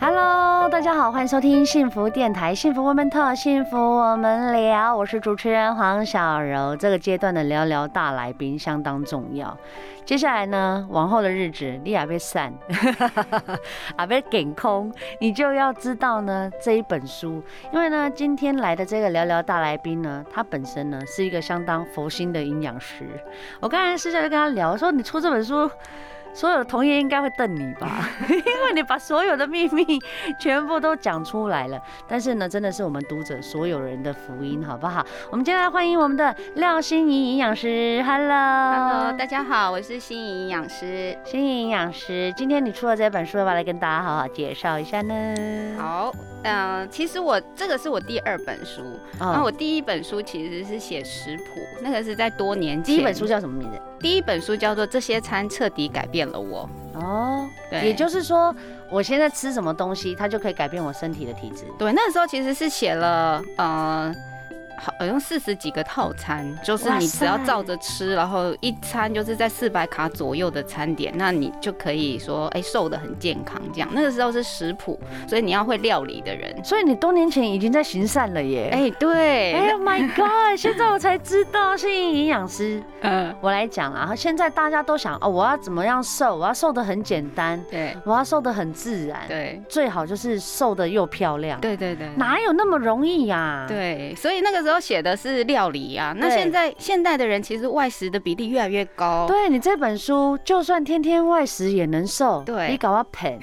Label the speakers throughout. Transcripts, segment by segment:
Speaker 1: Hello，大家好，欢迎收听幸福电台《幸福 Women Talk》，幸福我们聊，我是主持人黄小柔。这个阶段的聊聊大来宾相当重要。接下来呢，往后的日子，你也被散，也被给空，你就要知道呢这一本书，因为呢，今天来的这个聊聊大来宾呢，他本身呢是一个相当佛心的营养师。我刚才私下就跟他聊，说你出这本书。所有的同业应该会瞪你吧，因为你把所有的秘密全部都讲出来了。但是呢，真的是我们读者所有人的福音，好不好？我们接下来欢迎我们的廖心怡营养师，Hello，
Speaker 2: Hello，大家好，我是心仪营养师。
Speaker 1: 心怡营养师，今天你出了这本书，要不要来跟大家好好介绍一下呢？
Speaker 2: 好，嗯、其实我这个是我第二本书，那、
Speaker 1: 哦，
Speaker 2: 我第一本书其实是写食谱，那个是在多年
Speaker 1: 第
Speaker 2: 前。
Speaker 1: 一本书，叫什么名字？
Speaker 2: 第一本书叫做《这些餐彻底改变了我
Speaker 1: 哦，》，
Speaker 2: 对，
Speaker 1: 也就是说，我现在吃什么东西，它就可以改变我身体的体质。
Speaker 2: 对，那个时候其实是写了，呃。好，好像四十几个套餐，就是
Speaker 1: 哇
Speaker 2: 你只要
Speaker 1: 塞
Speaker 2: 照着吃，然后一餐就是在四百卡左右的餐点，那你就可以说，哎、瘦的很健康这样。那个时候是食谱，所以你要会料理的人。
Speaker 1: 所以你多年前已经在行善了耶。
Speaker 2: 哎、对，
Speaker 1: 哎呦 my god！现在我才知道，是营养师。
Speaker 2: 嗯、
Speaker 1: 我来讲啊，现在大家都想哦，我要怎么样瘦？我要瘦的很简单，
Speaker 2: 对
Speaker 1: 我要瘦的很自然，
Speaker 2: 对
Speaker 1: 最好就是瘦的又漂亮。
Speaker 2: 对对对。
Speaker 1: 哪有那么容易呀、。
Speaker 2: 对，所以那个时候写的是料理啊。那
Speaker 1: 对
Speaker 2: 现在现代的人其实外食的比例越来越高。
Speaker 1: 对你这本书，就算天天外食也能瘦，
Speaker 2: 对
Speaker 1: 你搞啊 喷，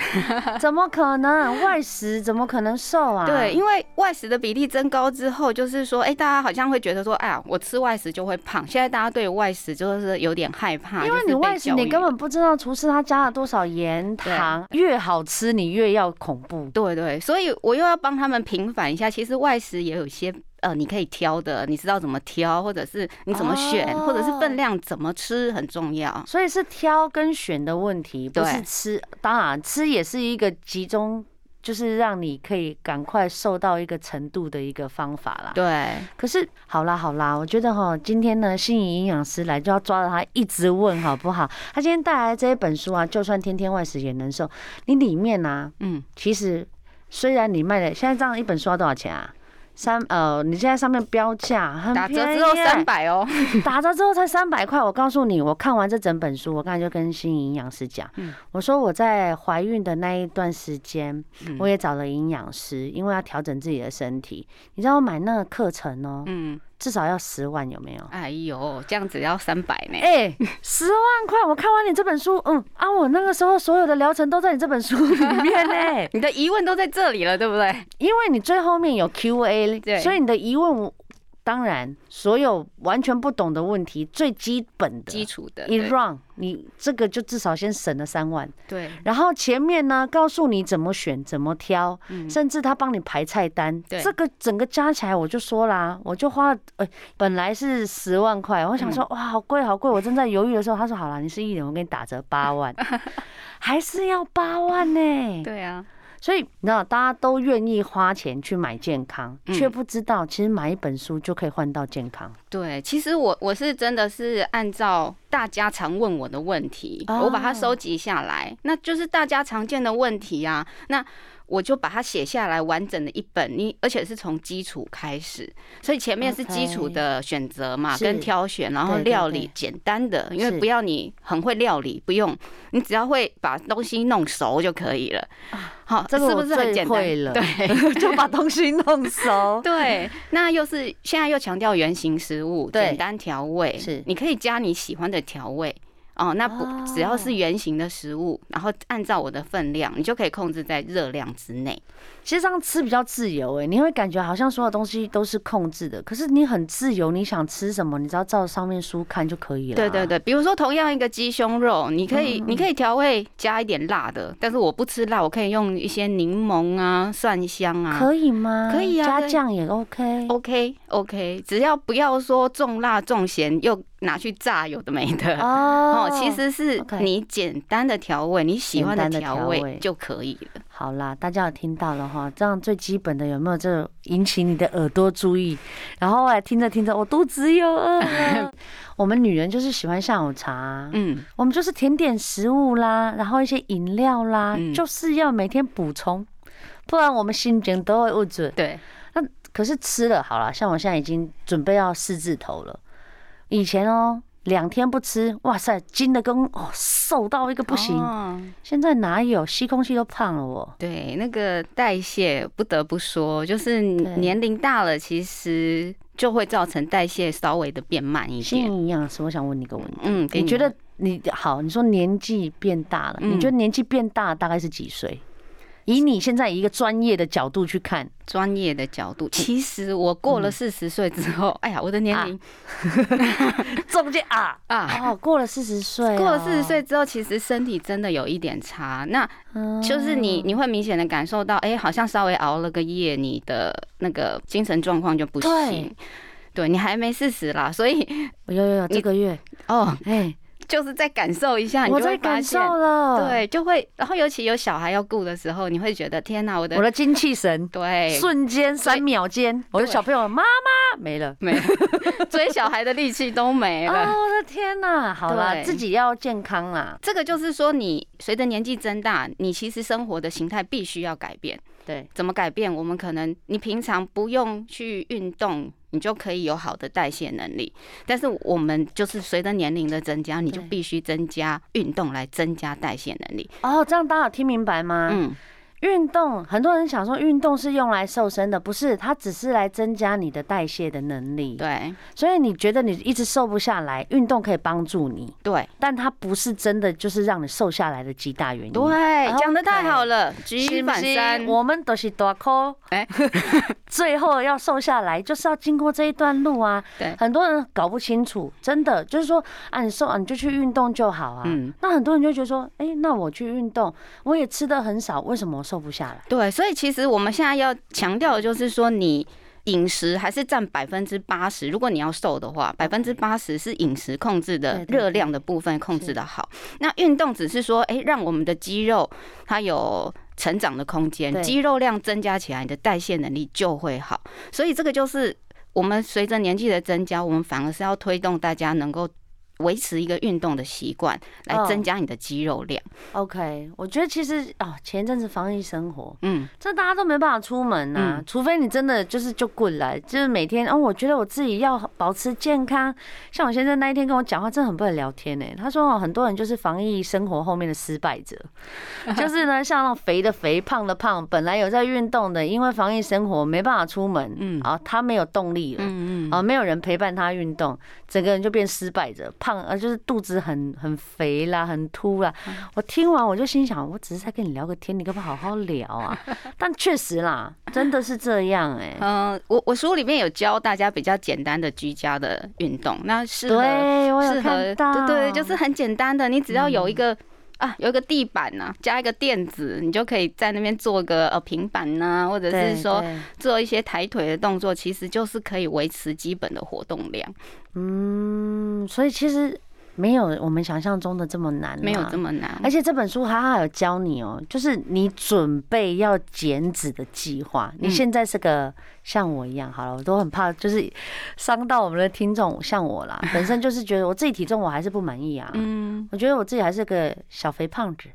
Speaker 1: 怎么可能？外食怎么可能瘦啊？
Speaker 2: 对，因为外食的比例增高之后，就是说，哎、大家好像会觉得说，哎呀，我吃外食就会胖。现在大家对外食就是有点害怕，
Speaker 1: 因为
Speaker 2: 就是
Speaker 1: 你
Speaker 2: 被
Speaker 1: 外食，
Speaker 2: 教
Speaker 1: 你
Speaker 2: 育
Speaker 1: 根本不知道厨师他加了多少盐
Speaker 2: 对
Speaker 1: 糖，越好吃你越要恐怖。
Speaker 2: 对对，所以我又要帮他们平反一下。其实外食也有一些呃，你可以挑的，你知道怎么挑，或者是你怎么
Speaker 1: 哦
Speaker 2: 选，或者是分量怎么吃很重要。
Speaker 1: 所以是挑跟选的问题，不
Speaker 2: 对
Speaker 1: 是吃。当然，吃也是一个集中，就是让你可以赶快瘦到一个程度的一个方法啦。
Speaker 2: 对，
Speaker 1: 可是好啦好啦，我觉得哈，今天呢，心仪营养师来就要抓着他一直问好不好？他今天带来的这一本书啊，就算天天外食也能瘦。你里面呢、
Speaker 2: 嗯，
Speaker 1: 其实虽然你卖的现在这样一本书要多少钱啊？三呃，你现在上面标价很
Speaker 2: 打折
Speaker 1: 便宜
Speaker 2: 之后
Speaker 1: 耶
Speaker 2: 三 百哦。
Speaker 1: 打折之后才三百块，我告诉你，我看完这整本书，我刚才就跟心仪营养师讲，
Speaker 2: 嗯
Speaker 1: 我说我在怀孕的那一段时间，
Speaker 2: 嗯
Speaker 1: 我也找了营养师，因为要调整自己的身体。你知道我买那个课程哦、
Speaker 2: 嗯，
Speaker 1: 至少要十万，有没有？
Speaker 2: 哎呦，这样子要三百 呢。
Speaker 1: 哎、十万块！我看完你这本书，嗯啊，我那个时候所有的疗程都在你这本书里面呢、
Speaker 2: 你的疑问都在这里了，对不啊对？
Speaker 1: 因为你最后面有 Q&A，
Speaker 2: 对
Speaker 1: 所以你的疑问我，当然所有完全不懂的问题，最基本的
Speaker 2: 基础的，
Speaker 1: 一
Speaker 2: 对
Speaker 1: round，你这个就至少先省了三万，
Speaker 2: 对，
Speaker 1: 然后前面呢告诉你怎么选、怎么挑，
Speaker 2: 嗯
Speaker 1: 甚至他帮你排菜单，
Speaker 2: 对
Speaker 1: 这个整个加起来我就说啦，我就花了，呃，本来是十万块，我想说
Speaker 2: 嗯
Speaker 1: 哇好贵好贵，我正在犹豫的时候，他说好啦，你是艺人，我给你打折八 万，还是要八万呢、
Speaker 2: 对啊，
Speaker 1: 所以你知道大家都愿意花钱去买健康，
Speaker 2: 嗯
Speaker 1: 却不知道其实买一本书就可以换到健康。
Speaker 2: 对。其实我我是真的是按照大家常问我的问题，
Speaker 1: 哦
Speaker 2: 我把它收集下来，那就是大家常见的问题啊。那我就把它写下来，完整的一本，你而且是从基础开始，所以前面是
Speaker 1: OK
Speaker 2: 基础的选择嘛，
Speaker 1: 是
Speaker 2: 跟挑选，然后
Speaker 1: 对对
Speaker 2: 料
Speaker 1: 对
Speaker 2: 理简单的，因
Speaker 1: 是
Speaker 2: 为不要你很会料理，不用，你只要会把东西弄熟就可以了。好，
Speaker 1: 啊这个
Speaker 2: 是
Speaker 1: 我
Speaker 2: 不是很
Speaker 1: 最
Speaker 2: 简
Speaker 1: 会
Speaker 2: 单？
Speaker 1: 了，
Speaker 2: 对，
Speaker 1: 就把东西弄熟。
Speaker 2: 对，那又是现在又强调原型食物，
Speaker 1: 对
Speaker 2: 简单调味，
Speaker 1: 是
Speaker 2: 你可以加你喜欢的调味哦。那不、只要
Speaker 1: 哦
Speaker 2: 是原型的食物，然后按照我的分量，你就可以控制在热量之内。
Speaker 1: 其实这样吃比较自由哎、你会感觉好像所有东西都是控制的，可是你很自由，你想吃什么，你只要照上面书看就可以了。啊
Speaker 2: 对对，对，比如说同样一个鸡胸肉，你可
Speaker 1: 嗯
Speaker 2: 以你可以调味加一点辣的，但是我不吃辣，我可以用一些柠檬啊、蒜香啊。
Speaker 1: 可以吗？
Speaker 2: 可以啊
Speaker 1: 加
Speaker 2: 可以
Speaker 1: 酱也 OK。
Speaker 2: OK OK，只要不要说重辣重咸又拿去炸有的没 的。
Speaker 1: 哦
Speaker 2: 哦，其实是
Speaker 1: OK
Speaker 2: 你简单的调味，你喜欢的
Speaker 1: 简单的
Speaker 2: 调
Speaker 1: 调味
Speaker 2: 味就可以了。
Speaker 1: 好啦，大家有听到了哈，这样最基本的有没有这引起你的耳朵注意？然后后来听着听着，我肚子又饿 了。我们女人就是喜欢下午茶，
Speaker 2: 嗯，
Speaker 1: 我们就是甜点食物啦，然后一些饮料啦，
Speaker 2: 嗯
Speaker 1: 就是要每天补充，不然我们心情都会不准。
Speaker 2: 对，
Speaker 1: 可是吃了好了，像我现在已经准备要四字头了，以前哦、两天不吃，哇塞，筋的跟哦瘦到一个不行，
Speaker 2: 哦
Speaker 1: 现在哪有吸空气都胖了我。
Speaker 2: 对，那个代谢不得不说，就是
Speaker 1: 对
Speaker 2: 年龄大了，其实就会造成代谢稍微的变慢一
Speaker 1: 心
Speaker 2: 点。
Speaker 1: 理营养师，我想问你一个嗯问题，
Speaker 2: 嗯，给
Speaker 1: 你觉
Speaker 2: 们
Speaker 1: 得你好？你说年纪变大了，你觉得年纪变大大概是几岁？以你现在以一个专业的角度去 看，
Speaker 2: 专业的角度，其实我过
Speaker 1: 嗯
Speaker 2: 了四十岁之后，哎呀，我的年龄
Speaker 1: 中间啊，
Speaker 2: 啊。
Speaker 1: 哦，过了四十岁，
Speaker 2: 过了四十岁，之后，其实身体真的有一点差。那
Speaker 1: 啊
Speaker 2: 就是
Speaker 1: 哦
Speaker 2: 你，你会明显的感受到，哎、好像稍微熬了个夜，你的那个精神状况就不行
Speaker 1: 对。
Speaker 2: 对你还没四十啦，所以
Speaker 1: 有有有，这个月，
Speaker 2: 哦，
Speaker 1: 哎，
Speaker 2: 就是再感受一下，你
Speaker 1: 我
Speaker 2: 就
Speaker 1: 在
Speaker 2: 会发
Speaker 1: 感
Speaker 2: 现，
Speaker 1: 受了，，
Speaker 2: 对，就会，然后尤其有小孩要顾的时候，你会觉得天哪，我的
Speaker 1: 我的精气神
Speaker 2: 对
Speaker 1: 瞬间三秒间，我的小朋友妈妈没了。
Speaker 2: 哎没 追小孩的力气都没
Speaker 1: 啊、
Speaker 2: 了。
Speaker 1: 我的天呐！好啦，
Speaker 2: 对
Speaker 1: 自己要健康啦。
Speaker 2: 这个就是说，你随着年纪增大，你其实生活的形态必须要改变。
Speaker 1: 对，
Speaker 2: 怎么改变？我们可能你平常不用去运动，你就可以有好的代谢能力。但是我们就是随着年龄的增加，你就
Speaker 1: 对
Speaker 2: 必须增加运动来增加代谢能力。
Speaker 1: 哦，这样大家有听明白吗？
Speaker 2: 嗯，
Speaker 1: 运动，很多人想说运动是用来瘦身的，不是，它只是来增加你的代谢的能力。
Speaker 2: 对
Speaker 1: 所以你觉得你一直瘦不下来，运动可以帮助你，
Speaker 2: 对
Speaker 1: 但它不是真的就是让你瘦下来的极大原因。
Speaker 2: 对，讲的太
Speaker 1: 哦 OK
Speaker 2: 好了，举一
Speaker 1: 是不
Speaker 2: 反
Speaker 1: 是
Speaker 2: 三。
Speaker 1: 我们都是大抠，
Speaker 2: 哎
Speaker 1: 最后要瘦下来，就是要经过这一段路啊。
Speaker 2: 对
Speaker 1: 很多人搞不清楚，真的就是说啊，你瘦啊，你就去运动就好啊。
Speaker 2: 嗯
Speaker 1: 那很多人就觉得说，哎、那我去运动，我也吃的很少，为什么我瘦不下来？
Speaker 2: 对，所以其实我们现在要强调的就是说，你饮食还是占百分之八十。如果你要瘦的话，百分之八十是饮食控制
Speaker 1: 嗯对
Speaker 2: 的
Speaker 1: 对
Speaker 2: 热量的部分控制的好。那运动只是说，哎、让我们的肌肉它有。成长的空
Speaker 1: 对
Speaker 2: 间，肌肉量增加起来，你的代谢能力就会好。所以这个就是我们随着年纪的增加，我们反而是要推动大家能够维持一个运动的习惯，来
Speaker 1: 哦
Speaker 2: 增加你的肌肉量。
Speaker 1: OK，我觉得其实哦，前一阵子防疫生活，
Speaker 2: 嗯，
Speaker 1: 这大家都没办法出门呐、
Speaker 2: 嗯
Speaker 1: 除非你真的就是就过来，就是每天哦，我觉得我自己要保持健康。像我先生那一天跟我讲话，真的很不能聊天呢、他说哦，很多人就是防疫生活后面的失败 者，就是呢，像那种肥的肥、胖的胖，本来有在运动的，因为防疫生活没办法出门，嗯
Speaker 2: 嗯，
Speaker 1: 啊，他没有动力了。
Speaker 2: 嗯
Speaker 1: 啊，没有人陪伴他运动，整个人就变失败者，胖呃就是肚子很很肥啦，很凸啦。
Speaker 2: 嗯
Speaker 1: 我听完我就心想，我只是在跟你聊个天，你可不可以好好聊啊？ 但确实啦，真的是这样哎、
Speaker 2: 嗯，我我书里面有教大家比较简单的居家的运动，那适合
Speaker 1: 对，我有
Speaker 2: 适合
Speaker 1: 看到，嗯
Speaker 2: 对对，就是很简单的，你只要有一个、啊，有一个地板呐、加一个垫子，你就可以在那边做个呃平板呐、或者
Speaker 1: 对
Speaker 2: 是说
Speaker 1: 对
Speaker 2: 做一些抬腿的动作，其实就是可以维持基本的活动量，
Speaker 1: 嗯，所以其实没有我们想象中的这么难，
Speaker 2: 没有这。么难。
Speaker 1: 嗯啊而且这本书哈哈有教你哦、就是你准备要减脂的计划。你
Speaker 2: 嗯
Speaker 1: 现在是个像我一样，好了，我都很怕，就是伤到我们的听众，像我啦，本身就是觉得我自己体重我还是不满意啊，
Speaker 2: 嗯，
Speaker 1: 我觉得我自己还是个小肥胖子。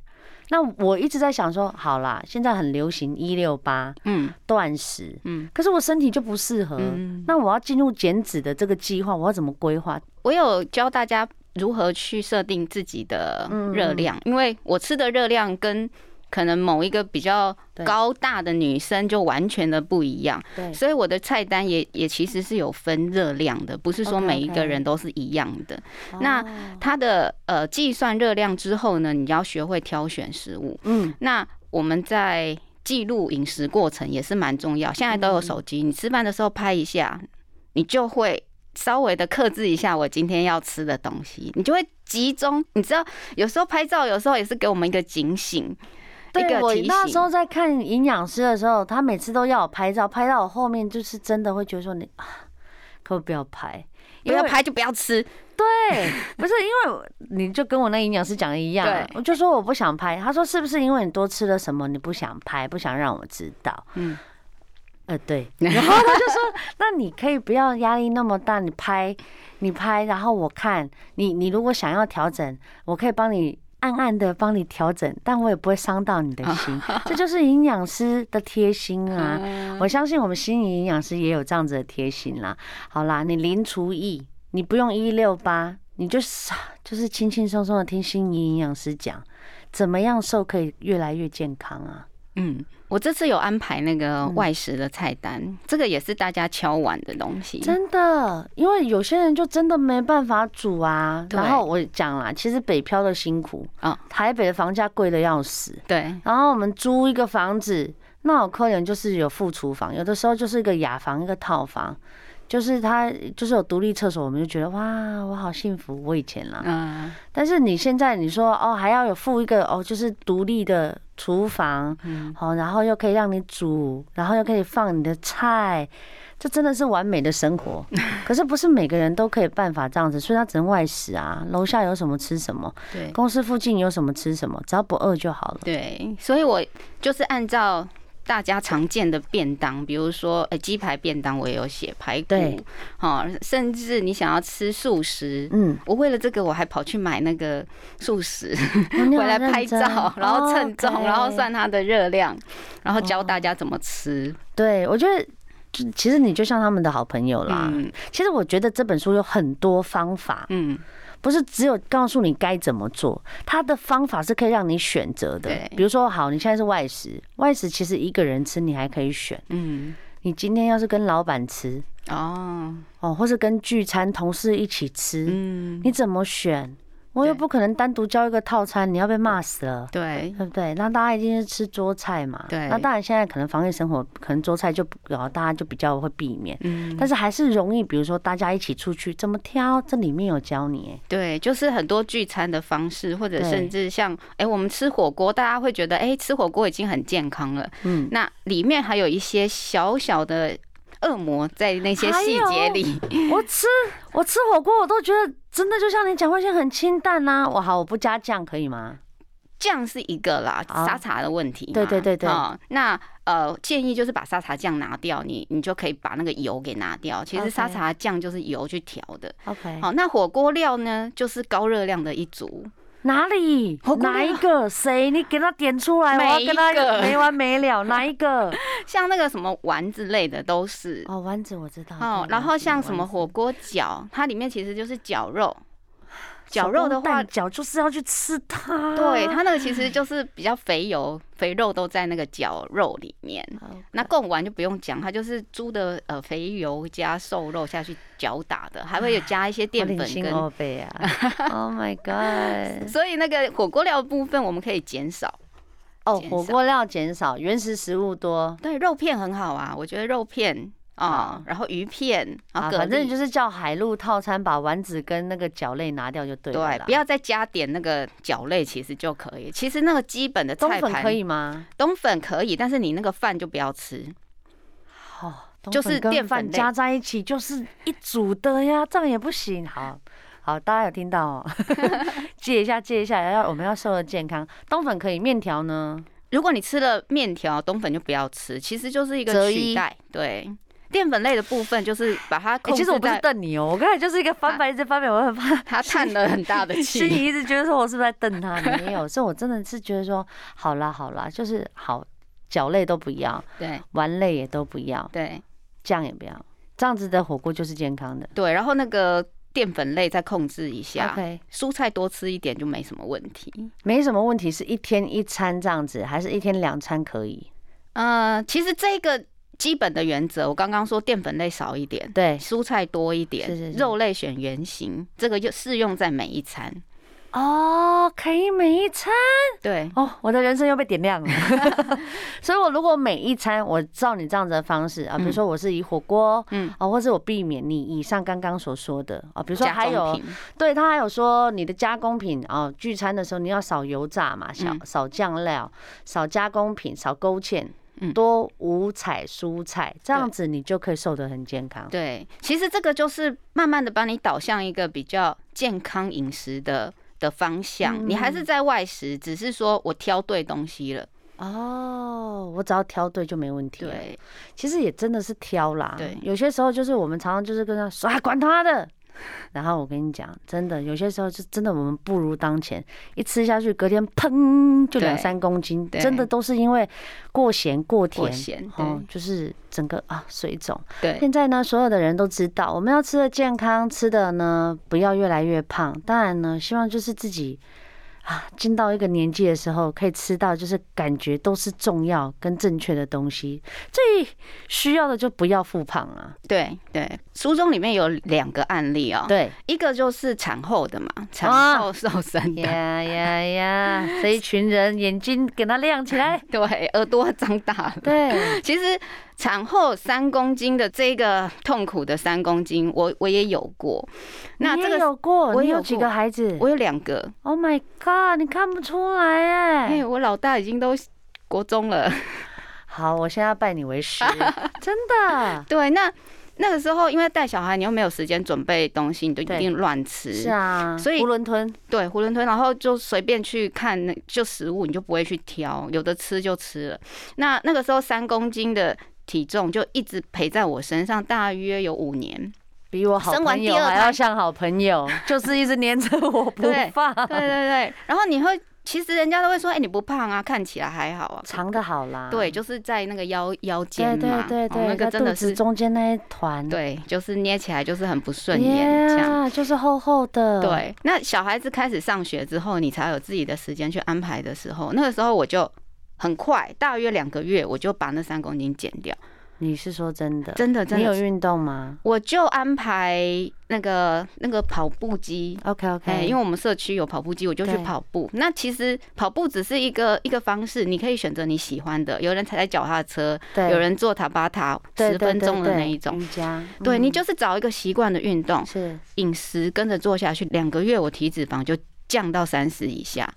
Speaker 1: 那我一直在想说，好啦，现在很流行一六八
Speaker 2: 嗯
Speaker 1: 断食，
Speaker 2: 嗯
Speaker 1: 可是我身体就不适合。
Speaker 2: 嗯，
Speaker 1: 那我要进入减脂的这个计划，我要怎么规划？
Speaker 2: 我有教大家如何去设定自己的
Speaker 1: 嗯
Speaker 2: 热量，因为我吃的热量跟可能某一个比较
Speaker 1: 对
Speaker 2: 高大的女生就完全的不一样，
Speaker 1: 对
Speaker 2: 所以我的菜单也也其实是有分热量的，不是说
Speaker 1: OK，OK
Speaker 2: 每一个人都是一样的。那它的呃计算热量之后呢，你要学会挑选食物。
Speaker 1: 嗯，
Speaker 2: 那我们在记录饮食过程也是蛮重要，现在都有手机，你吃饭的时候拍一下，你就会稍微的克制一下我今天要吃的东西，你就会集中。你知道，有时候拍照，有时候也是给我们一个警醒，一
Speaker 1: 对
Speaker 2: 个
Speaker 1: 我
Speaker 2: 提
Speaker 1: 那时候
Speaker 2: 醒。
Speaker 1: 在看营养师的时候，他每次都要我拍照，拍到我后面就是真的会觉得说你啊，可不可以不要拍，
Speaker 2: 不要
Speaker 1: 因为
Speaker 2: 拍就不要吃，
Speaker 1: 对，不是因为你就跟我那营养师讲的一样啊
Speaker 2: 对，
Speaker 1: 我就说我不想拍，他说是不是因为你多吃了什么，你不想拍，不想让我知道？
Speaker 2: 嗯，
Speaker 1: 呃， 对，然后他就说，那你可以不要压力那么大，你拍，你拍，然后我看你，你如果想要调整，我可以帮你暗暗的帮你调整，但我也不会伤到你的 心，这就是营养师的贴心啊。
Speaker 2: 嗯
Speaker 1: 我相信我们心理营养师也有这样子的贴心啦。好啦，你零厨艺，你不用一六八，你就是就是轻轻松松的听心理营养师讲，怎么样瘦可以越来越健康啊。
Speaker 2: 嗯，我这次有安排那个
Speaker 1: 嗯
Speaker 2: 外食的菜单，这个也是大家敲碗的东西。
Speaker 1: 真的，因为有些人就真的没办法煮啊。
Speaker 2: 对
Speaker 1: 然后我讲啦，其实北漂的辛苦
Speaker 2: 啊
Speaker 1: 台北的房价贵的要死，
Speaker 2: 对，
Speaker 1: 然后我们租一个房子，那好可怜，就是有副厨房，有的时候就是一个雅房，一个套房，就是它就是有独立厕所，我们就觉得哇，我好幸福，我以前啦。
Speaker 2: 嗯
Speaker 1: 但是你现在你说哦，还要有附一个哦，就是独立的厨房，
Speaker 2: 嗯，
Speaker 1: 好、然后又可以让你煮，然后又可以放你的菜，这真的是完美的生活。 可是不是每个人都可以办法这样子，所以他只能外食啊，楼下有什么吃什么，
Speaker 2: 对
Speaker 1: 公司附近有什么吃什么，只要不饿就好了。
Speaker 2: 对，所以我就是按照。大家常见的便当，比如说，呃、鸡排便当我也有写排
Speaker 1: 对
Speaker 2: 骨，哦，甚至你想要吃素食，
Speaker 1: 嗯，
Speaker 2: 我为了这个我还跑去买那个 素食
Speaker 1: 回
Speaker 2: 回来拍照， 然后称重，然后。
Speaker 1: 哦哦，OK
Speaker 2: 算它的热量，然后教大家怎么吃。
Speaker 1: 对，我觉得就其实你就像他们的好朋友啦。
Speaker 2: 嗯
Speaker 1: 其实我觉得这本书有很多方法，
Speaker 2: 嗯，
Speaker 1: 不是只有告诉你该怎么做，它的方法是可以让你选择的
Speaker 2: 对。
Speaker 1: 比如说，好，你现在是外食，外食其实一个人吃你还可以选，
Speaker 2: 嗯，
Speaker 1: 你今天要是跟老板吃
Speaker 2: 哦，
Speaker 1: 哦，或是跟聚餐同事一起吃，
Speaker 2: 嗯，
Speaker 1: 你怎么选？我又
Speaker 2: 对
Speaker 1: 不可能单独交一个套餐，你要被骂死了。
Speaker 2: 对
Speaker 1: 对不对？那大家一定是吃桌菜嘛。
Speaker 2: 嗯对
Speaker 1: 那当然，现在可能防疫生活，可能桌菜就不然后大家就比较会避免，
Speaker 2: 嗯，
Speaker 1: 但是还是容易，比如说大家一起出去怎么挑，这里面有教你耶。
Speaker 2: 对，就是很多聚餐的方式，或者
Speaker 1: 对
Speaker 2: 甚至像哎、诶我们吃火锅，大家会觉得哎、诶吃火锅已经很健康了。
Speaker 1: 嗯，
Speaker 2: 那里面还有一些小小的恶魔在那些细节里。
Speaker 1: 我吃我吃火锅，我都觉得真的就像你讲，会先很清淡呐、我好，我不加酱可以吗？
Speaker 2: 酱是一个啦，
Speaker 1: 好
Speaker 2: 沙茶的问题嘛。
Speaker 1: 对对对对
Speaker 2: 哦那呃，建议就是把沙茶酱拿掉，你你就可以把那个油给拿掉。其实
Speaker 1: OK 哎
Speaker 2: 沙茶酱就是油去调的。
Speaker 1: OK，
Speaker 2: 好，那火锅料呢，就是高热量的一族。
Speaker 1: 哪里
Speaker 2: 火锅料
Speaker 1: 哪一个谁？你给他点出来，我
Speaker 2: 每
Speaker 1: 要
Speaker 2: 一
Speaker 1: 跟他
Speaker 2: 个
Speaker 1: 没完没了。哪一个？
Speaker 2: 像那个什么丸之类的都是。
Speaker 1: 哦，丸子我知道。
Speaker 2: 哦，
Speaker 1: 对
Speaker 2: 然后
Speaker 1: 丸子
Speaker 2: 像什么
Speaker 1: 丸子
Speaker 2: 火锅饺，它里面其实就是绞肉，绞肉的
Speaker 1: 手工
Speaker 2: 话
Speaker 1: 蛋，饺就是要去吃它。
Speaker 2: 对它那个其实就是比较肥油、肥肉都在那个绞肉里面。
Speaker 1: OK
Speaker 2: 那贡丸就不用讲，它就是猪的呃肥油加瘦肉下去搅打的，还会有加一些 淀粉跟，
Speaker 1: 贝 啊！Oh my god！
Speaker 2: 所以那个火锅料部分我们可以减少。
Speaker 1: 哦，
Speaker 2: 减少
Speaker 1: 火锅料减少，原始食物多
Speaker 2: 对，肉片很好啊，我觉得肉片啊，然后鱼片，然
Speaker 1: 啊，
Speaker 2: 后蛤
Speaker 1: 反正就
Speaker 2: 蜊。
Speaker 1: 是叫海陆套餐，把丸子跟那个角类拿掉就对了啦。
Speaker 2: 对，不要再加点那个饺类，其实就可以。其实那个基本的
Speaker 1: 冬
Speaker 2: 菜
Speaker 1: 粉
Speaker 2: 盘
Speaker 1: 可以吗？
Speaker 2: 冬粉可以，但是你那个饭就不要吃。
Speaker 1: 哦，冬
Speaker 2: 就
Speaker 1: 粉
Speaker 2: 是
Speaker 1: 跟
Speaker 2: 淀粉
Speaker 1: 饭
Speaker 2: 类
Speaker 1: 加在一起就是一组的呀，这样也不行。好。好，大家有听到 哦，借一下，借一下，要我们要瘦的健康。冬粉可以，面条呢？
Speaker 2: 如果你吃了面条，冬粉就不要吃，其实就是一
Speaker 1: 择
Speaker 2: 个
Speaker 1: 一
Speaker 2: 取代。对，淀粉类的部分就是把它
Speaker 1: 哎、
Speaker 2: 控
Speaker 1: 其
Speaker 2: 制
Speaker 1: 实我不是
Speaker 2: 在，
Speaker 1: 瞪你哦，我刚才就是一个翻白眼，一直翻白眼，我很 怕
Speaker 2: 它叹了很大的
Speaker 1: 心
Speaker 2: 气。
Speaker 1: 里一直觉得说我是不是在瞪他？没有，所以我真的是觉得说，好啦好啦，就是好，脚类都不要，
Speaker 2: 对
Speaker 1: 丸类也都不要，
Speaker 2: 对
Speaker 1: 酱也不要，这样子的火锅就是健康的。
Speaker 2: 对，然后那个淀粉类再控制一下
Speaker 1: OK，
Speaker 2: 蔬菜多吃一点就没什么问题。
Speaker 1: 没什么问题，是一天一餐这样子，还是一天两餐可以？
Speaker 2: 呃，其实这个基本的原则，我刚刚说淀粉类少一点，
Speaker 1: 对，
Speaker 2: 蔬菜多一点，
Speaker 1: 是是是
Speaker 2: 肉类选圆形，这个就适用在每一餐。
Speaker 1: 哦，可以每一餐
Speaker 2: 对，
Speaker 1: 哦，我的人生又被点 亮了。所以我如果每一餐我照你这样子的方式啊，比如说我是以火锅。
Speaker 2: 嗯，
Speaker 1: 哦，或是我避免你以上刚刚所说的啊、哦，比如说
Speaker 2: 加
Speaker 1: 还有
Speaker 2: 工品。
Speaker 1: 对他还有说，你的加工品哦，聚餐的时候你要少油炸嘛，少
Speaker 2: 嗯
Speaker 1: 少酱料，少加工品，少勾芡，
Speaker 2: 嗯
Speaker 1: 多五彩蔬菜，这样
Speaker 2: 对
Speaker 1: 子你就可以瘦得很健康。
Speaker 2: 对，其实这个就是慢慢的把你导向一个比较健康饮食的的方向。你
Speaker 1: 嗯
Speaker 2: 还是在外食，只是说我挑对东西了。
Speaker 1: 哦，我只要挑对就没问题了。
Speaker 2: 对，
Speaker 1: 其实也真的是挑啦。
Speaker 2: 对
Speaker 1: 有些时候就是我们常常就是跟他说，哎，管他的。然后我跟你讲，真的有些时候就真的我们不如当前，一吃下去隔天砰就
Speaker 2: 对
Speaker 1: 两三公斤，
Speaker 2: 对
Speaker 1: 真的都是因为过咸过甜，
Speaker 2: 过咸
Speaker 1: 哦
Speaker 2: 对，
Speaker 1: 就是整个啊水肿。
Speaker 2: 对
Speaker 1: 现在呢，所有的人都知道，我们要吃的健康，吃的呢不要越来越胖。当然呢，希望就是自己啊，进到一个年纪的时候，可以吃到就是感觉都是重要跟正确的东西。最需要的就不要复胖啊。
Speaker 2: 对对，书中里面有两个案例哦，
Speaker 1: 对，
Speaker 2: 一个就是产后的嘛，
Speaker 1: 啊
Speaker 2: 产后瘦身的，
Speaker 1: 呀呀呀，这一群人眼睛给它亮起 来。
Speaker 2: 对，耳朵长大了。
Speaker 1: 对，
Speaker 2: 其实产后三公斤的这个痛苦的三公斤，我我也有过。那
Speaker 1: 你
Speaker 2: 这
Speaker 1: 也
Speaker 2: 个
Speaker 1: 有过，
Speaker 2: 我
Speaker 1: 你有
Speaker 2: 有
Speaker 1: 几
Speaker 2: 过
Speaker 1: 个孩子
Speaker 2: 我有两个，
Speaker 1: ？Oh my god，你看不出来哎、
Speaker 2: 哎，我老大已经都国中了。
Speaker 1: 好，我现在要拜你为 师，真的。
Speaker 2: 对，那那个时候因为带小孩，你又没有时间准备东西，你就一
Speaker 1: 对
Speaker 2: 定乱吃。
Speaker 1: 是啊，
Speaker 2: 所以
Speaker 1: 囫囵吞
Speaker 2: 对，囫囵吞，然后就随便去看那就食物，你就不会去挑，有的吃就吃了。那那个时候三公斤的体重就一直陪在我身上，大约有五 年。
Speaker 1: 比我好
Speaker 2: 生完
Speaker 1: 朋友
Speaker 2: 第二
Speaker 1: 还
Speaker 2: 胎
Speaker 1: 要像好朋 友，就是一直黏着我不
Speaker 2: 对
Speaker 1: 放，
Speaker 2: 对对对，然后你会，其实人家都会说，哎、你不胖啊，看起来还好啊。
Speaker 1: 藏的好啦。
Speaker 2: 对，就是在那个腰腰间
Speaker 1: 对对
Speaker 2: 嘛，
Speaker 1: 对
Speaker 2: 哦
Speaker 1: 对，
Speaker 2: 那个
Speaker 1: 在
Speaker 2: 真
Speaker 1: 肚
Speaker 2: 的
Speaker 1: 子
Speaker 2: 是，
Speaker 1: 中间那一团，
Speaker 2: 对，就是捏起来就是很不顺眼这样。
Speaker 1: 呀，就是厚厚的。，
Speaker 2: 对，嗯那小孩子开始上学之后，你才有自己的时间去安排的时候，那个时候我就很快，大约两个月，我就把那三公斤减掉。
Speaker 1: 你是说真的？
Speaker 2: 真的，真
Speaker 1: 你有
Speaker 2: 的，
Speaker 1: 运动吗
Speaker 2: 我就安排那个那个跑步机。
Speaker 1: ？OK
Speaker 2: 哎、
Speaker 1: OK，
Speaker 2: 因
Speaker 1: 为
Speaker 2: 为我们社区有跑步机，我就去
Speaker 1: 对
Speaker 2: 跑步。那其实跑步只是一个一个方式，你可以选择你喜欢的。有人踩踩脚踏车，
Speaker 1: 对
Speaker 2: 有人做塔巴塔，
Speaker 1: 对
Speaker 2: 十
Speaker 1: 对
Speaker 2: 分
Speaker 1: 对
Speaker 2: 钟的
Speaker 1: 对
Speaker 2: 那一种。
Speaker 1: 瑜伽，
Speaker 2: 对，你
Speaker 1: 嗯
Speaker 2: 就是找一个习惯的运动，
Speaker 1: 是
Speaker 2: 饮食跟着做下去，两个月我体脂肪就降到三十以下，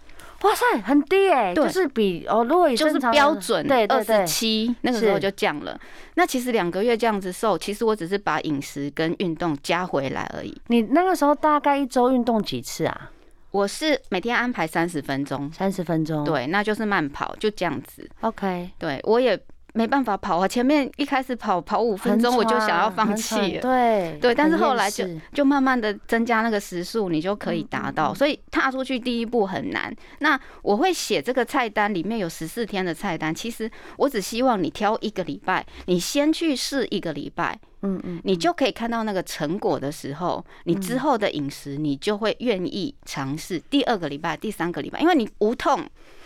Speaker 1: 哇塞，很低哎，
Speaker 2: 对
Speaker 1: 就是比哦，如果以
Speaker 2: 就是
Speaker 1: 正常
Speaker 2: 标
Speaker 1: 人
Speaker 2: 准
Speaker 1: 对对
Speaker 2: 二
Speaker 1: 对
Speaker 2: 十，七，那个时候
Speaker 1: 是
Speaker 2: 就降了。那其实两个月这样子瘦，其实我只是把饮食跟运动加回来而已。
Speaker 1: 你那个时候大概一周运动几次啊？
Speaker 2: 我是每天安排三十分钟，
Speaker 1: 三十分钟。
Speaker 2: 对，那就是慢跑，就这样子。
Speaker 1: ，OK，
Speaker 2: 对我也没办法跑啊，前面一开始跑跑五分钟
Speaker 1: 很
Speaker 2: 我就
Speaker 1: 喘
Speaker 2: 想要放
Speaker 1: 很
Speaker 2: 弃
Speaker 1: 喘
Speaker 2: 了。
Speaker 1: 对
Speaker 2: 对但是
Speaker 1: 很
Speaker 2: 后
Speaker 1: 厌
Speaker 2: 来就
Speaker 1: 世
Speaker 2: 就慢慢的增加那个时速，你就可以达到。所以踏出去第一步很难。那我会写这个菜单，里面有十四天的菜单。其实我只希望你挑一个礼拜，你先去试一个礼拜，
Speaker 1: 嗯嗯，
Speaker 2: 你就可以看到那个成果的时候，你之后的饮食你就会愿意尝试第二个礼拜、第三个礼拜，因为你无痛，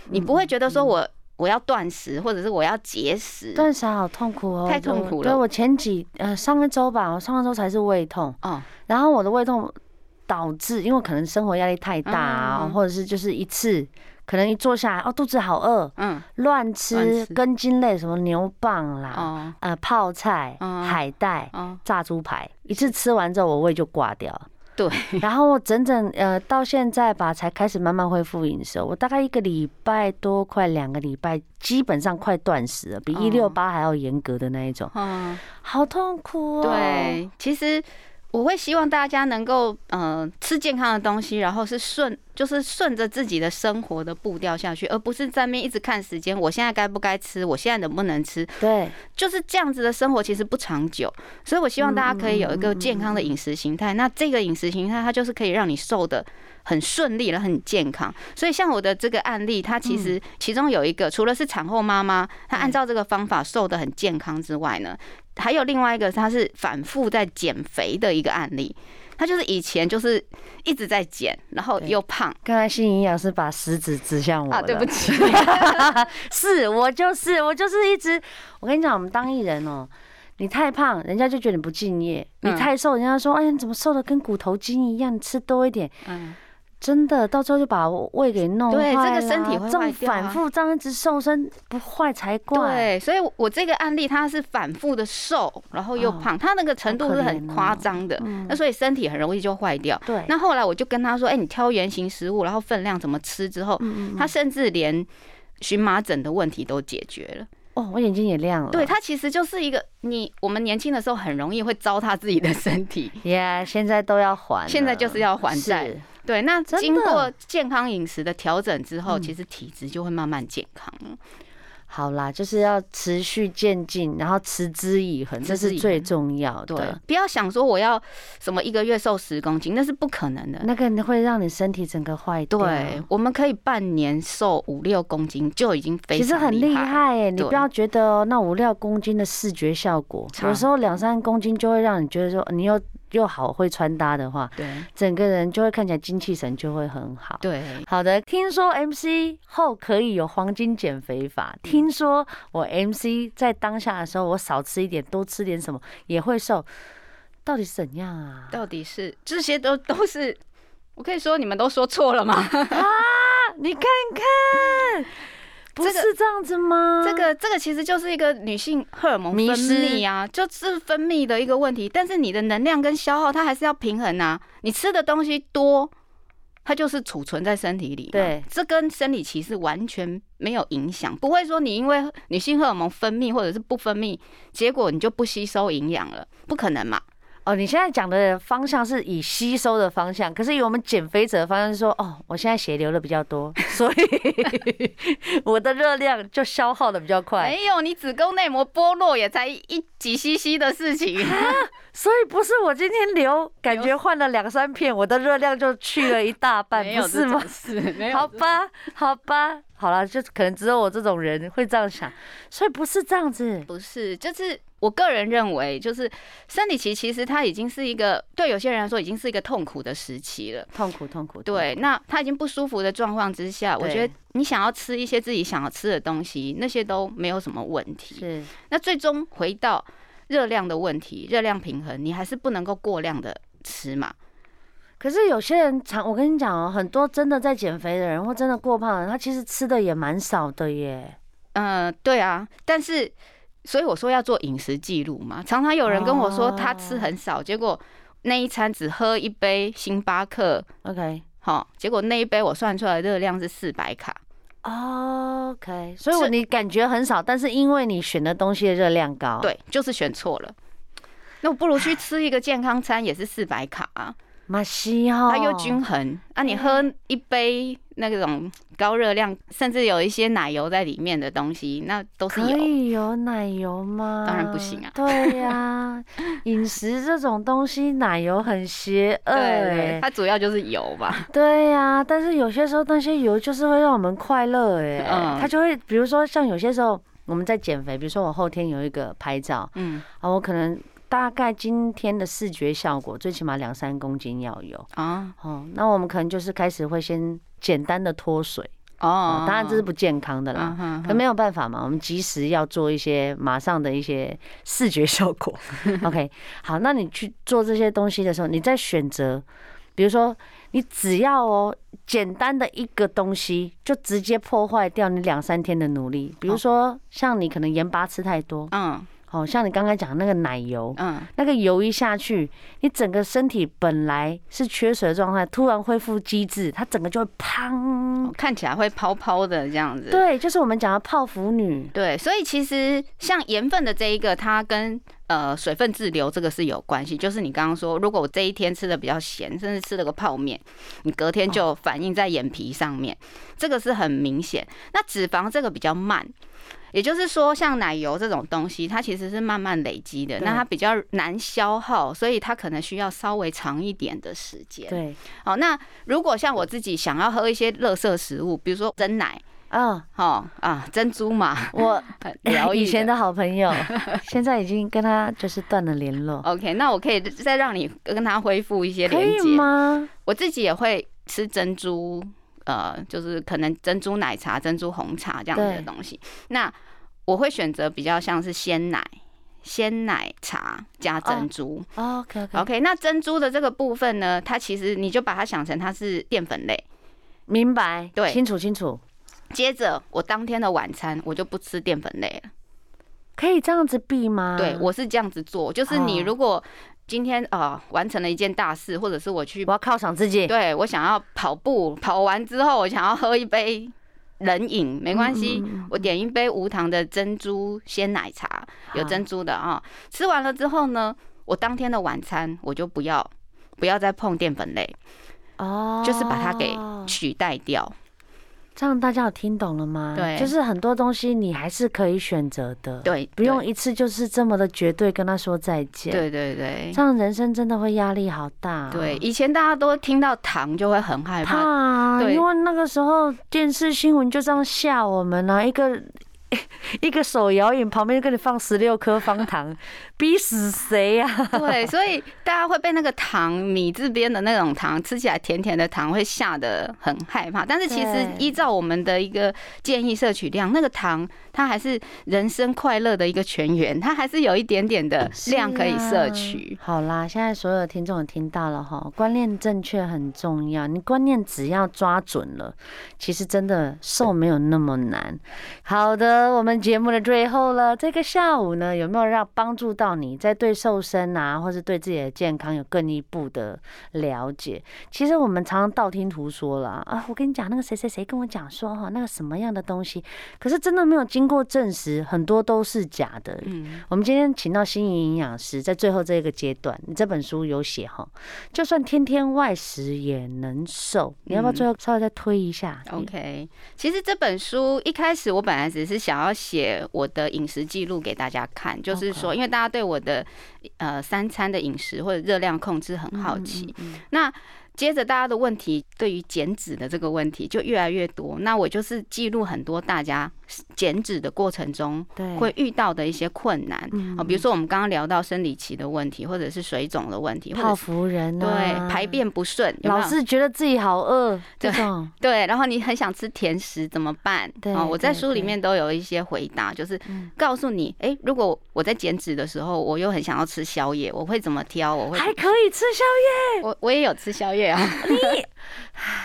Speaker 2: 你不会觉得说我我要断食，或者是我要节食。
Speaker 1: 断食好痛苦哦，
Speaker 2: 太痛苦
Speaker 1: 对
Speaker 2: 了
Speaker 1: 我前几呃上一周吧，我上一周才是胃痛，
Speaker 2: 哦，
Speaker 1: 然后我的胃痛导致，因为可能生活压力太大啊，
Speaker 2: 嗯嗯嗯
Speaker 1: 或者是就是一次可能一坐下来哦肚子好饿，
Speaker 2: 嗯，
Speaker 1: 乱吃
Speaker 2: 乱吃
Speaker 1: 根茎类什么牛蒡啦，
Speaker 2: 哦，
Speaker 1: 呃泡菜、
Speaker 2: 嗯
Speaker 1: 海带。
Speaker 2: 哦，
Speaker 1: 炸猪排一次吃完之后，我胃就挂掉了。
Speaker 2: 对，
Speaker 1: 然后我整整呃到现在吧，才开始慢慢恢复饮食哦。我大概一个礼拜多，快两个礼拜，基本上快断食了，比
Speaker 2: 哦
Speaker 1: 一六八还要严格的那一种，
Speaker 2: 嗯。
Speaker 1: 好痛苦哦。，
Speaker 2: 对，其实我会希望大家能够呃吃健康的东西，然后是顺就是顺着自己的生活的步调下去，而不是在面一直看时间，我现在该不该吃，我现在能不能吃，
Speaker 1: 对，
Speaker 2: 就是这样子的生活其实不长久。所以我希望大家可以有一
Speaker 1: 嗯
Speaker 2: 个健康的饮食形态，那这个饮食形态它就是可以让你瘦的。很顺利了，很健康。所以像我的这个案例，它其
Speaker 1: 嗯
Speaker 2: 实其中有一个，除了是产后妈妈，她按照这个方法瘦的很健康之外呢，还有另外一个，她是反复在减肥的一个案例。她就是以前就是一直在减，然后
Speaker 1: 对
Speaker 2: 又胖
Speaker 1: 刚才新营养师把食指指向我了。
Speaker 2: 啊，对不起，
Speaker 1: 是我就是我就是一直，我跟你讲，我们当艺人哦、你太胖，人家就觉得你不敬业；你
Speaker 2: 嗯
Speaker 1: 太瘦，人家说，哎呀，你怎么瘦的跟骨头筋一样？你吃多一点。
Speaker 2: 嗯，
Speaker 1: 真的，到最后就把胃给弄
Speaker 2: 对
Speaker 1: 坏
Speaker 2: 这个身体
Speaker 1: 啦
Speaker 2: 会
Speaker 1: 这
Speaker 2: 坏
Speaker 1: 种
Speaker 2: 掉啊
Speaker 1: 反复这样一直瘦身，不坏才怪。
Speaker 2: 对，所以我这个案例它是反复的瘦，然后又
Speaker 1: 哦
Speaker 2: 胖，它那个程度是很夸张
Speaker 1: 嗯
Speaker 2: 的，那所以身体很容易就坏掉。
Speaker 1: 对
Speaker 2: 那后来我就跟他说，哎，你挑原型食
Speaker 1: 嗯
Speaker 2: 物，然后分量怎么吃之后，他甚至连荨麻疹的问题都解决了。
Speaker 1: 哦，我眼睛也亮了。
Speaker 2: 对，它其实就是一个你我们年轻的时候很容易会糟蹋自己的身体，
Speaker 1: ，Yeah，现在都要还了，
Speaker 2: 现在就是要还债
Speaker 1: 是
Speaker 2: 对，那
Speaker 1: 真的
Speaker 2: 经过健康饮食的调整之后，
Speaker 1: 嗯
Speaker 2: 其实体质就会慢慢健康了。
Speaker 1: 好啦，就是要持续渐进，然后持之以恒，这
Speaker 2: 持之
Speaker 1: 是
Speaker 2: 以
Speaker 1: 最
Speaker 2: 恒
Speaker 1: 重要
Speaker 2: 对
Speaker 1: 的。，
Speaker 2: 不要想说我要什么一个月瘦十公斤，那是不可能的。
Speaker 1: 那个会让你身体整个坏掉。
Speaker 2: 对，我们可以半年瘦五六公斤就已经非常
Speaker 1: 其实很厉
Speaker 2: 害。
Speaker 1: 害耶！你
Speaker 2: 对
Speaker 1: 不要觉得哦，那五六公斤的视觉效果，
Speaker 2: 差
Speaker 1: 有时候两三公斤就会让你觉得说，你又又好会穿搭的话，
Speaker 2: 对
Speaker 1: 整个人就会看起来精气神就会很好。
Speaker 2: 对，
Speaker 1: 好的，听说 MC 后可以有黄金减肥法，听说我 MC 在当下的时候，我少吃一点，多吃点什么也会瘦，到底是怎样啊？
Speaker 2: 到底是这些都都是，我可以说你们都说错了吗？
Speaker 1: 你看看，不
Speaker 2: 这个
Speaker 1: 是这样子吗？
Speaker 2: 这个这个其实就是一个女性荷尔蒙
Speaker 1: 迷
Speaker 2: 分
Speaker 1: 失
Speaker 2: 泌啊，就是分泌的一个问题。但是你的能量跟消耗，它还是要平衡啊。你吃的东西多，它就是储存在身体里嘛。
Speaker 1: 对
Speaker 2: 这跟生理期是完全没有影响，不会说你因为女性荷尔蒙分泌或者是不分泌，结果你就不吸收营养了，不可能嘛。
Speaker 1: 哦，你现在讲的方向是以吸收的方向，可是以我们减肥者的方向是说，哦，我现在血流的比较多，所以 我的热量就消耗的比较快，
Speaker 2: 没有，你子宫内膜剥落也才一几 CC 的事情。
Speaker 1: 所以不是我今天流，感觉换了两三片，我的热量就去了一大半，
Speaker 2: 没
Speaker 1: 不
Speaker 2: 有
Speaker 1: 是
Speaker 2: 这
Speaker 1: 吗
Speaker 2: 种？事， 没有
Speaker 1: 好
Speaker 2: 这
Speaker 1: 吧，好吧，好了，就可能只有我这种人会这样想，所以不是这样子，
Speaker 2: 不是，就是我个人认为，就是生理期其实它已经是一个对有些人来说已经是一个痛苦的时期了。
Speaker 1: 痛苦痛苦。痛苦，
Speaker 2: 对，那他已经不舒服的状况之下，我
Speaker 1: 嗯对
Speaker 2: 觉得你想要吃一些自己想要吃的东西，那些都没有什么问题。
Speaker 1: 是
Speaker 2: 那最终回到热量的问题，热量平衡，你还是不能够过量的吃嘛。
Speaker 1: 可是有些人常，我跟你讲哦，很多真的在减肥的人或真的过胖的人，他其实吃的也蛮少的耶。
Speaker 2: 嗯、对啊，但是所以我说要做饮食记录嘛。常常有人跟我说
Speaker 1: 哦
Speaker 2: 他吃很少，结果那一餐只喝一杯星巴克，
Speaker 1: OK。
Speaker 2: 好，结果那一杯我算出来的热量是四百卡，
Speaker 1: 哦 OK，所以我
Speaker 2: 是
Speaker 1: 你感觉很少，但是因为你选的东西的热量高，，
Speaker 2: 对，就是选错了。那我不如去吃一个健康餐，也是四百卡、啊，
Speaker 1: 马西哦，
Speaker 2: 它又均衡。啊，你喝一杯那种高热量，甚至有一些奶油在里面的东西，那都是
Speaker 1: 可
Speaker 2: 油。
Speaker 1: 以有奶油吗？
Speaker 2: 当然不行啊
Speaker 1: 对呀、 饮食这种东西，奶油很邪恶、
Speaker 2: 对，
Speaker 1: 欸。
Speaker 2: 它主要就是油吧。
Speaker 1: 对呀、但是有些时候那些油就是会让我们快乐哎、
Speaker 2: 嗯
Speaker 1: 它就会，比如说像有些时候我们在减肥，比如说我后天有一个拍照
Speaker 2: 嗯，
Speaker 1: 啊，我可能大概今天的视觉效果最起码两三公斤要有
Speaker 2: 啊，
Speaker 1: 哦，那我们可能就是开始会先简单的脱水
Speaker 2: 哦
Speaker 1: 哦，，当然这是不健康的啦。
Speaker 2: 嗯
Speaker 1: 可没有办法嘛，我们及时要做一些马上的一些视觉效 果。OK，好，那你去做这些东西的时候，你在选择，比如说你只要哦简单的一个东西，就直接破坏掉你两三天的努力。比如说像你可能盐巴吃太多，
Speaker 2: 嗯
Speaker 1: 哦，像你刚刚讲那个奶油。
Speaker 2: 嗯，
Speaker 1: 那个油一下去，你整个身体本来是缺水的状态，突然恢复机制，它整个就会砰。
Speaker 2: 看起来会泡泡的这样子。
Speaker 1: 对，就是我们讲的泡芙女。
Speaker 2: 对，所以其实像盐分的这一个，它跟呃水分滞留这个是有关系。就是你刚刚说，如果我这一天吃的比较咸，甚至吃了个泡面，你隔天
Speaker 1: 哦
Speaker 2: 就反映在眼皮上面，这个是很明显。那脂肪这个比较慢。也就是说，像奶油这种东西，它其实是慢慢累积的，
Speaker 1: 对
Speaker 2: 那它比较难消耗，所以它可能需要稍微长一点的时间。，
Speaker 1: 对，
Speaker 2: 好，那如果像我自己想要喝一些垃圾食物，比如说蒸奶，
Speaker 1: 啊，
Speaker 2: 哦啊，珍珠嘛，
Speaker 1: 我
Speaker 2: 疗愈
Speaker 1: 以
Speaker 2: 的
Speaker 1: 前的好朋 友，现在已经跟他就是断了联络，
Speaker 2: OK，那我可以再让你跟他恢复一些
Speaker 1: 可
Speaker 2: 连
Speaker 1: 以
Speaker 2: 接。
Speaker 1: 吗？
Speaker 2: 我自己也会吃珍珠，呃，就是可能珍珠奶茶、珍珠红茶这样子的
Speaker 1: 对
Speaker 2: 东西。那我会选择比较像是鲜奶、鲜奶茶加珍珠。
Speaker 1: 哦，OK OK，
Speaker 2: OK，那珍珠的这个部分呢，它其实你就把它想成它是淀粉类。
Speaker 1: 明白，
Speaker 2: 对
Speaker 1: 清楚清楚，
Speaker 2: 接着我当天的晚餐我就不吃淀粉类了。
Speaker 1: 可以这样子避吗？
Speaker 2: 对我是这样子做，就是
Speaker 1: 嗯
Speaker 2: 你
Speaker 1: 哦
Speaker 2: 如果今天啊、呃完成了一件大事，或者是我去
Speaker 1: 我要犒赏自己，
Speaker 2: 对我想要跑步，跑完之后我想要喝一杯冷饮没关系，
Speaker 1: 嗯嗯嗯嗯
Speaker 2: 我点一杯无糖的珍珠鲜奶茶，有珍珠的啊、吃完了之后呢，我当天的晚餐我就不要不要再碰淀粉类，
Speaker 1: 哦，
Speaker 2: 就是把它给取代掉。
Speaker 1: 这样，大家有听懂了吗？
Speaker 2: 对
Speaker 1: 就是很多东西你还是可以选择的，，
Speaker 2: 对，
Speaker 1: 不用一次就是这么的绝对跟他说再见，，
Speaker 2: 对。对对对
Speaker 1: 这样人生真的会压力好大、哦
Speaker 2: 对，，以前大家都听到糖就会很害
Speaker 1: 怕
Speaker 2: 怕，
Speaker 1: 啊，
Speaker 2: 对
Speaker 1: 因为那个时候电视新闻就这样吓我们啊，一个 一个手摇饮旁边就给你放十六颗方糖， 逼死谁呀、 啊？
Speaker 2: 对，所以大家会被那个糖米字边的那种糖，吃起来甜甜的糖会吓得很害怕。但是其实
Speaker 1: 对
Speaker 2: 依照我们的一个建议摄取量，那个糖它还是人生快乐的一个泉源，它还是有一点点的量可以摄
Speaker 1: 啊
Speaker 2: 取。嗯
Speaker 1: 好啦，现在所有听众也听到了哈，观念正确很重要。你观念只要抓准了，其实真的瘦没有那么难。好的，我们节目的最后了，这个下午呢，有没有让帮助到你在对瘦身啊，或是对自己的健康有更一步的了解？其实我们常常道听途说啦，啊，我跟你讲，那个谁谁谁跟我讲说哈，那个什么样的东西，可是真的没有经过证实，很多都是假的。
Speaker 2: 嗯，
Speaker 1: 我们今天请到心仪营养师，在最后这个阶段，你这本书有写哈，就算天天外食也能瘦，你要不要
Speaker 2: 嗯
Speaker 1: 最后稍微再推一下
Speaker 2: OK，其实这本书一开始我本来只是想要写我的饮食记录给大家看，就是说，因为大家对我的呃三餐的饮食或者热量控制很
Speaker 1: 嗯
Speaker 2: 好奇，，
Speaker 1: 嗯嗯
Speaker 2: 那接着大家的问题，对于减脂的这个问题就越来越多。那我就是记录很多大家减脂的过程中
Speaker 1: 对，
Speaker 2: 会遇到的一些困难
Speaker 1: 嗯
Speaker 2: 啊、比如说我们刚刚聊到生理期的问题，或者是水肿的问题，或
Speaker 1: 泡
Speaker 2: 者是
Speaker 1: 芙人啊，
Speaker 2: 对排，便不顺，有没
Speaker 1: 老
Speaker 2: 有？
Speaker 1: 是觉得自己好饿，这
Speaker 2: 对
Speaker 1: 种
Speaker 2: 对，然后你很想吃甜食怎么办？
Speaker 1: 对
Speaker 2: 哦我在
Speaker 1: 对
Speaker 2: 书里
Speaker 1: 对
Speaker 2: 面都有一些回答，就是
Speaker 1: 嗯
Speaker 2: 告诉你，哎、如果我在减脂的时候，我又很想要吃宵夜，我会怎么 挑？我会
Speaker 1: 还可以吃宵
Speaker 2: 我我也有吃宵夜啊。，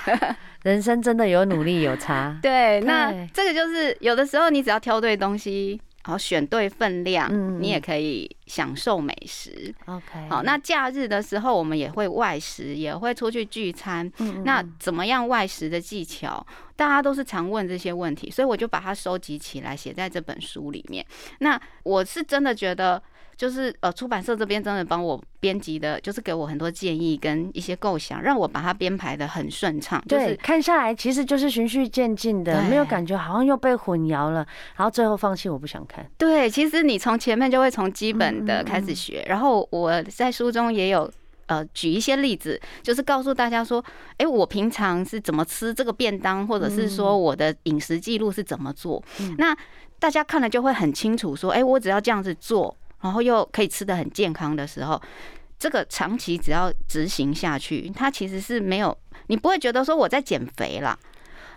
Speaker 1: 夜，人生真的有努力有差
Speaker 2: 对，那
Speaker 1: 对
Speaker 2: 这个就是有的时候你只要挑对东西，然后选对分量，
Speaker 1: 嗯哎
Speaker 2: 你也可以享受美食。
Speaker 1: ，OK，
Speaker 2: 好，那假日的时候我们也会外食，也会出去聚餐。
Speaker 1: 嗯，嗯
Speaker 2: 那
Speaker 1: 嗯
Speaker 2: 怎么样外食的技巧，大家都是常问这些问题，所以我就把它收集起来写在这本书里面。那我是真的觉得，就是呃，出版社这边真的帮我编辑的，就是给我很多建议跟一些构想，让我把它编排的很顺畅。就
Speaker 1: 对，
Speaker 2: 是
Speaker 1: 看下来其实就是循序渐进的，
Speaker 2: 对
Speaker 1: 没有感觉好像又被混淆了，然后最后放弃，我不想看，
Speaker 2: 对，其实你从前面就会从基本
Speaker 1: 嗯
Speaker 2: 的
Speaker 1: 嗯
Speaker 2: 开始
Speaker 1: 嗯
Speaker 2: 学，然后我在书中也有。呃，举一些例子，就是告诉大家说，哎、我平常是怎么吃这个便当，或者是说我的饮食记录是怎么做。
Speaker 1: 嗯
Speaker 2: 那大家看了就会很清楚，说，哎、我只要这样子做，然后又可以吃的很健康的时候，这个长期只要执行下去，它其实是没有，你不会觉得说我在减肥啦，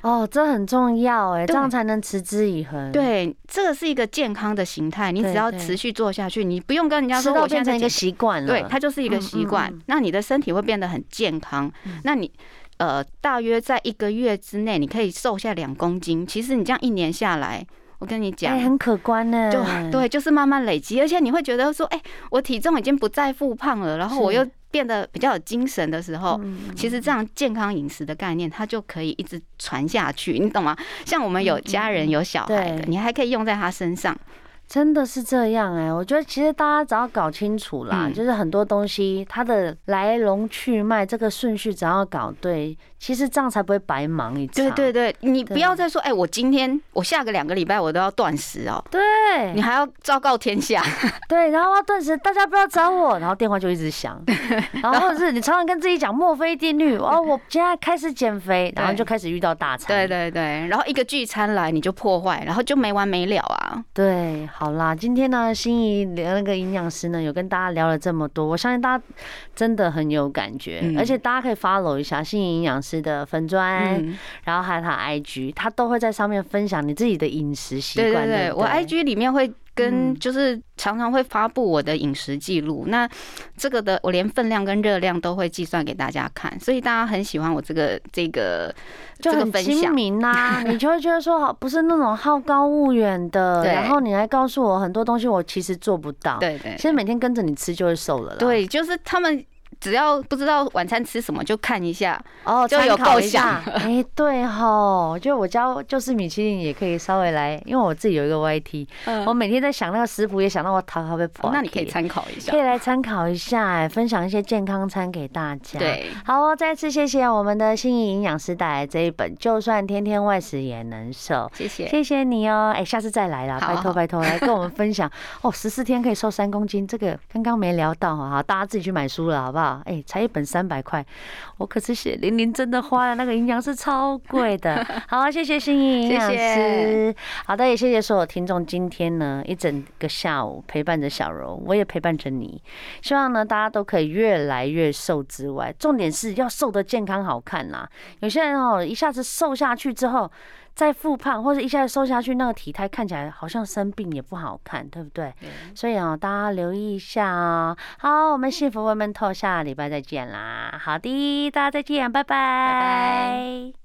Speaker 1: 哦，这很重要哎，这
Speaker 2: 对
Speaker 1: 样才能持之以恒，。
Speaker 2: 对，这个是一个健康的形态，你
Speaker 1: 对
Speaker 2: 只要
Speaker 1: 嗯对
Speaker 2: 持续做下去，你不用跟人家
Speaker 1: 吃
Speaker 2: 说
Speaker 1: 到
Speaker 2: 我
Speaker 1: 变
Speaker 2: 现在
Speaker 1: 成
Speaker 2: 在
Speaker 1: 一个
Speaker 2: 减
Speaker 1: 习惯了。
Speaker 2: 对，它就是一
Speaker 1: 嗯
Speaker 2: 个
Speaker 1: 嗯
Speaker 2: 习惯。
Speaker 1: 嗯
Speaker 2: 那你的身体会变得很健康。那你呃，大约在一个月之内，你可以瘦下两公斤。其实你这样一年下来，我跟你讲。
Speaker 1: 哎、很可观呢。
Speaker 2: 就对，就是慢慢累积，而且你会觉得说，哎、我体重已经不再复胖了，然后我
Speaker 1: 是
Speaker 2: 又变得比较有精神的时候，
Speaker 1: 嗯，
Speaker 2: 其实这样健康饮食的概念，它就可以一直传下去，你懂吗？像我们有家人、有小孩的
Speaker 1: 对，
Speaker 2: 你还可以用在他身上。
Speaker 1: 真的是这样哎、我觉得其实大家只要搞清楚啦，
Speaker 2: 嗯
Speaker 1: 就是很多东西它的来龙去脉这个顺序只要搞对，其实这样才不会白忙一场。
Speaker 2: 对对对，你不
Speaker 1: 对
Speaker 2: 要再说，哎、我今天我下个两个礼拜我都要断食哦，
Speaker 1: 对
Speaker 2: 你还要昭告天下。
Speaker 1: 对，然后要顿时大家不要找我，然后电话就一直 响，然后或者是你常常跟自己讲墨菲定律哦，我现在开始减肥，然后
Speaker 2: 对
Speaker 1: 就开始遇到大餐。
Speaker 2: 对对对，然后一个聚餐来你就破坏，然后就没完没了啊。
Speaker 1: 对，好啦，今天呢，心仪聊那个营养师呢，有跟大家聊了这么多，我相信大家真的很有感觉，
Speaker 2: 嗯
Speaker 1: 而且大家可以 follow 一下心仪营养师的粉砖，
Speaker 2: 嗯，
Speaker 1: 然后还有他 IG，他都会在上面分享你自己的饮食习
Speaker 2: 对
Speaker 1: 惯。
Speaker 2: 对
Speaker 1: 对
Speaker 2: 对，
Speaker 1: 不
Speaker 2: 我 IG 里面会。跟
Speaker 1: 嗯
Speaker 2: 就是常常会发布我的饮食记录，那这个的我连分量跟热量都会计算给大家看，所以大家很喜欢我这个这个
Speaker 1: 就
Speaker 2: 这个
Speaker 1: 很
Speaker 2: 分
Speaker 1: 精
Speaker 2: 享。
Speaker 1: 明呐、 你就会觉得说，好，不是那种好高骛远的，
Speaker 2: 对
Speaker 1: 然后你来告诉我很多东西，我其实做不到。，
Speaker 2: 对对
Speaker 1: 其实每天跟着你吃就会瘦了啦。
Speaker 2: 对，就是他们只要不知道晚餐吃什么，就看一下。
Speaker 1: 哦，
Speaker 2: 就
Speaker 1: 参
Speaker 2: 有
Speaker 1: 考
Speaker 2: 构
Speaker 1: 一下。哎、对吼，就我家就是米其林也可以稍微来，因为我自己有一个 YT，、
Speaker 2: 嗯哦
Speaker 1: 我每天在想那个食谱，也想到我淘淘被破、
Speaker 2: 那你可以参考一下
Speaker 1: 可。以来参考一下、哎，分享一些健康餐给大家。。
Speaker 2: 对，
Speaker 1: 好哦，再次谢谢我们的心仪营养师带来这一本《就算天天外食也能瘦》，
Speaker 2: 谢谢。
Speaker 1: 谢谢你哦，哎、下次再来啦，
Speaker 2: 好
Speaker 1: 拜托
Speaker 2: 好
Speaker 1: 拜托，来跟我们分享 哦，十四天可以瘦三公斤，这个刚刚没聊到哈，好大家自己去买书了好不好？哎、才一本三百块，我可是血淋淋真的花了，那个营养师超贵 的。好啊，谢谢心怡营
Speaker 2: 谢
Speaker 1: 养师，
Speaker 2: 谢
Speaker 1: 好的，也谢谢所有听众，今天呢一整个下午陪伴着小柔，我也陪伴着你，希望呢大家都可以越来越瘦之外，重点是要瘦的健康好看啦。有些人哦一下子瘦下去之后。再复胖，或者一下子瘦下去，那个体态看起来好像生病也不好看，对不对？所以哦，大家留意一下哦。好，我们幸福 Women Talk 下礼拜再见啦。好的，大家再见，拜拜。
Speaker 2: 拜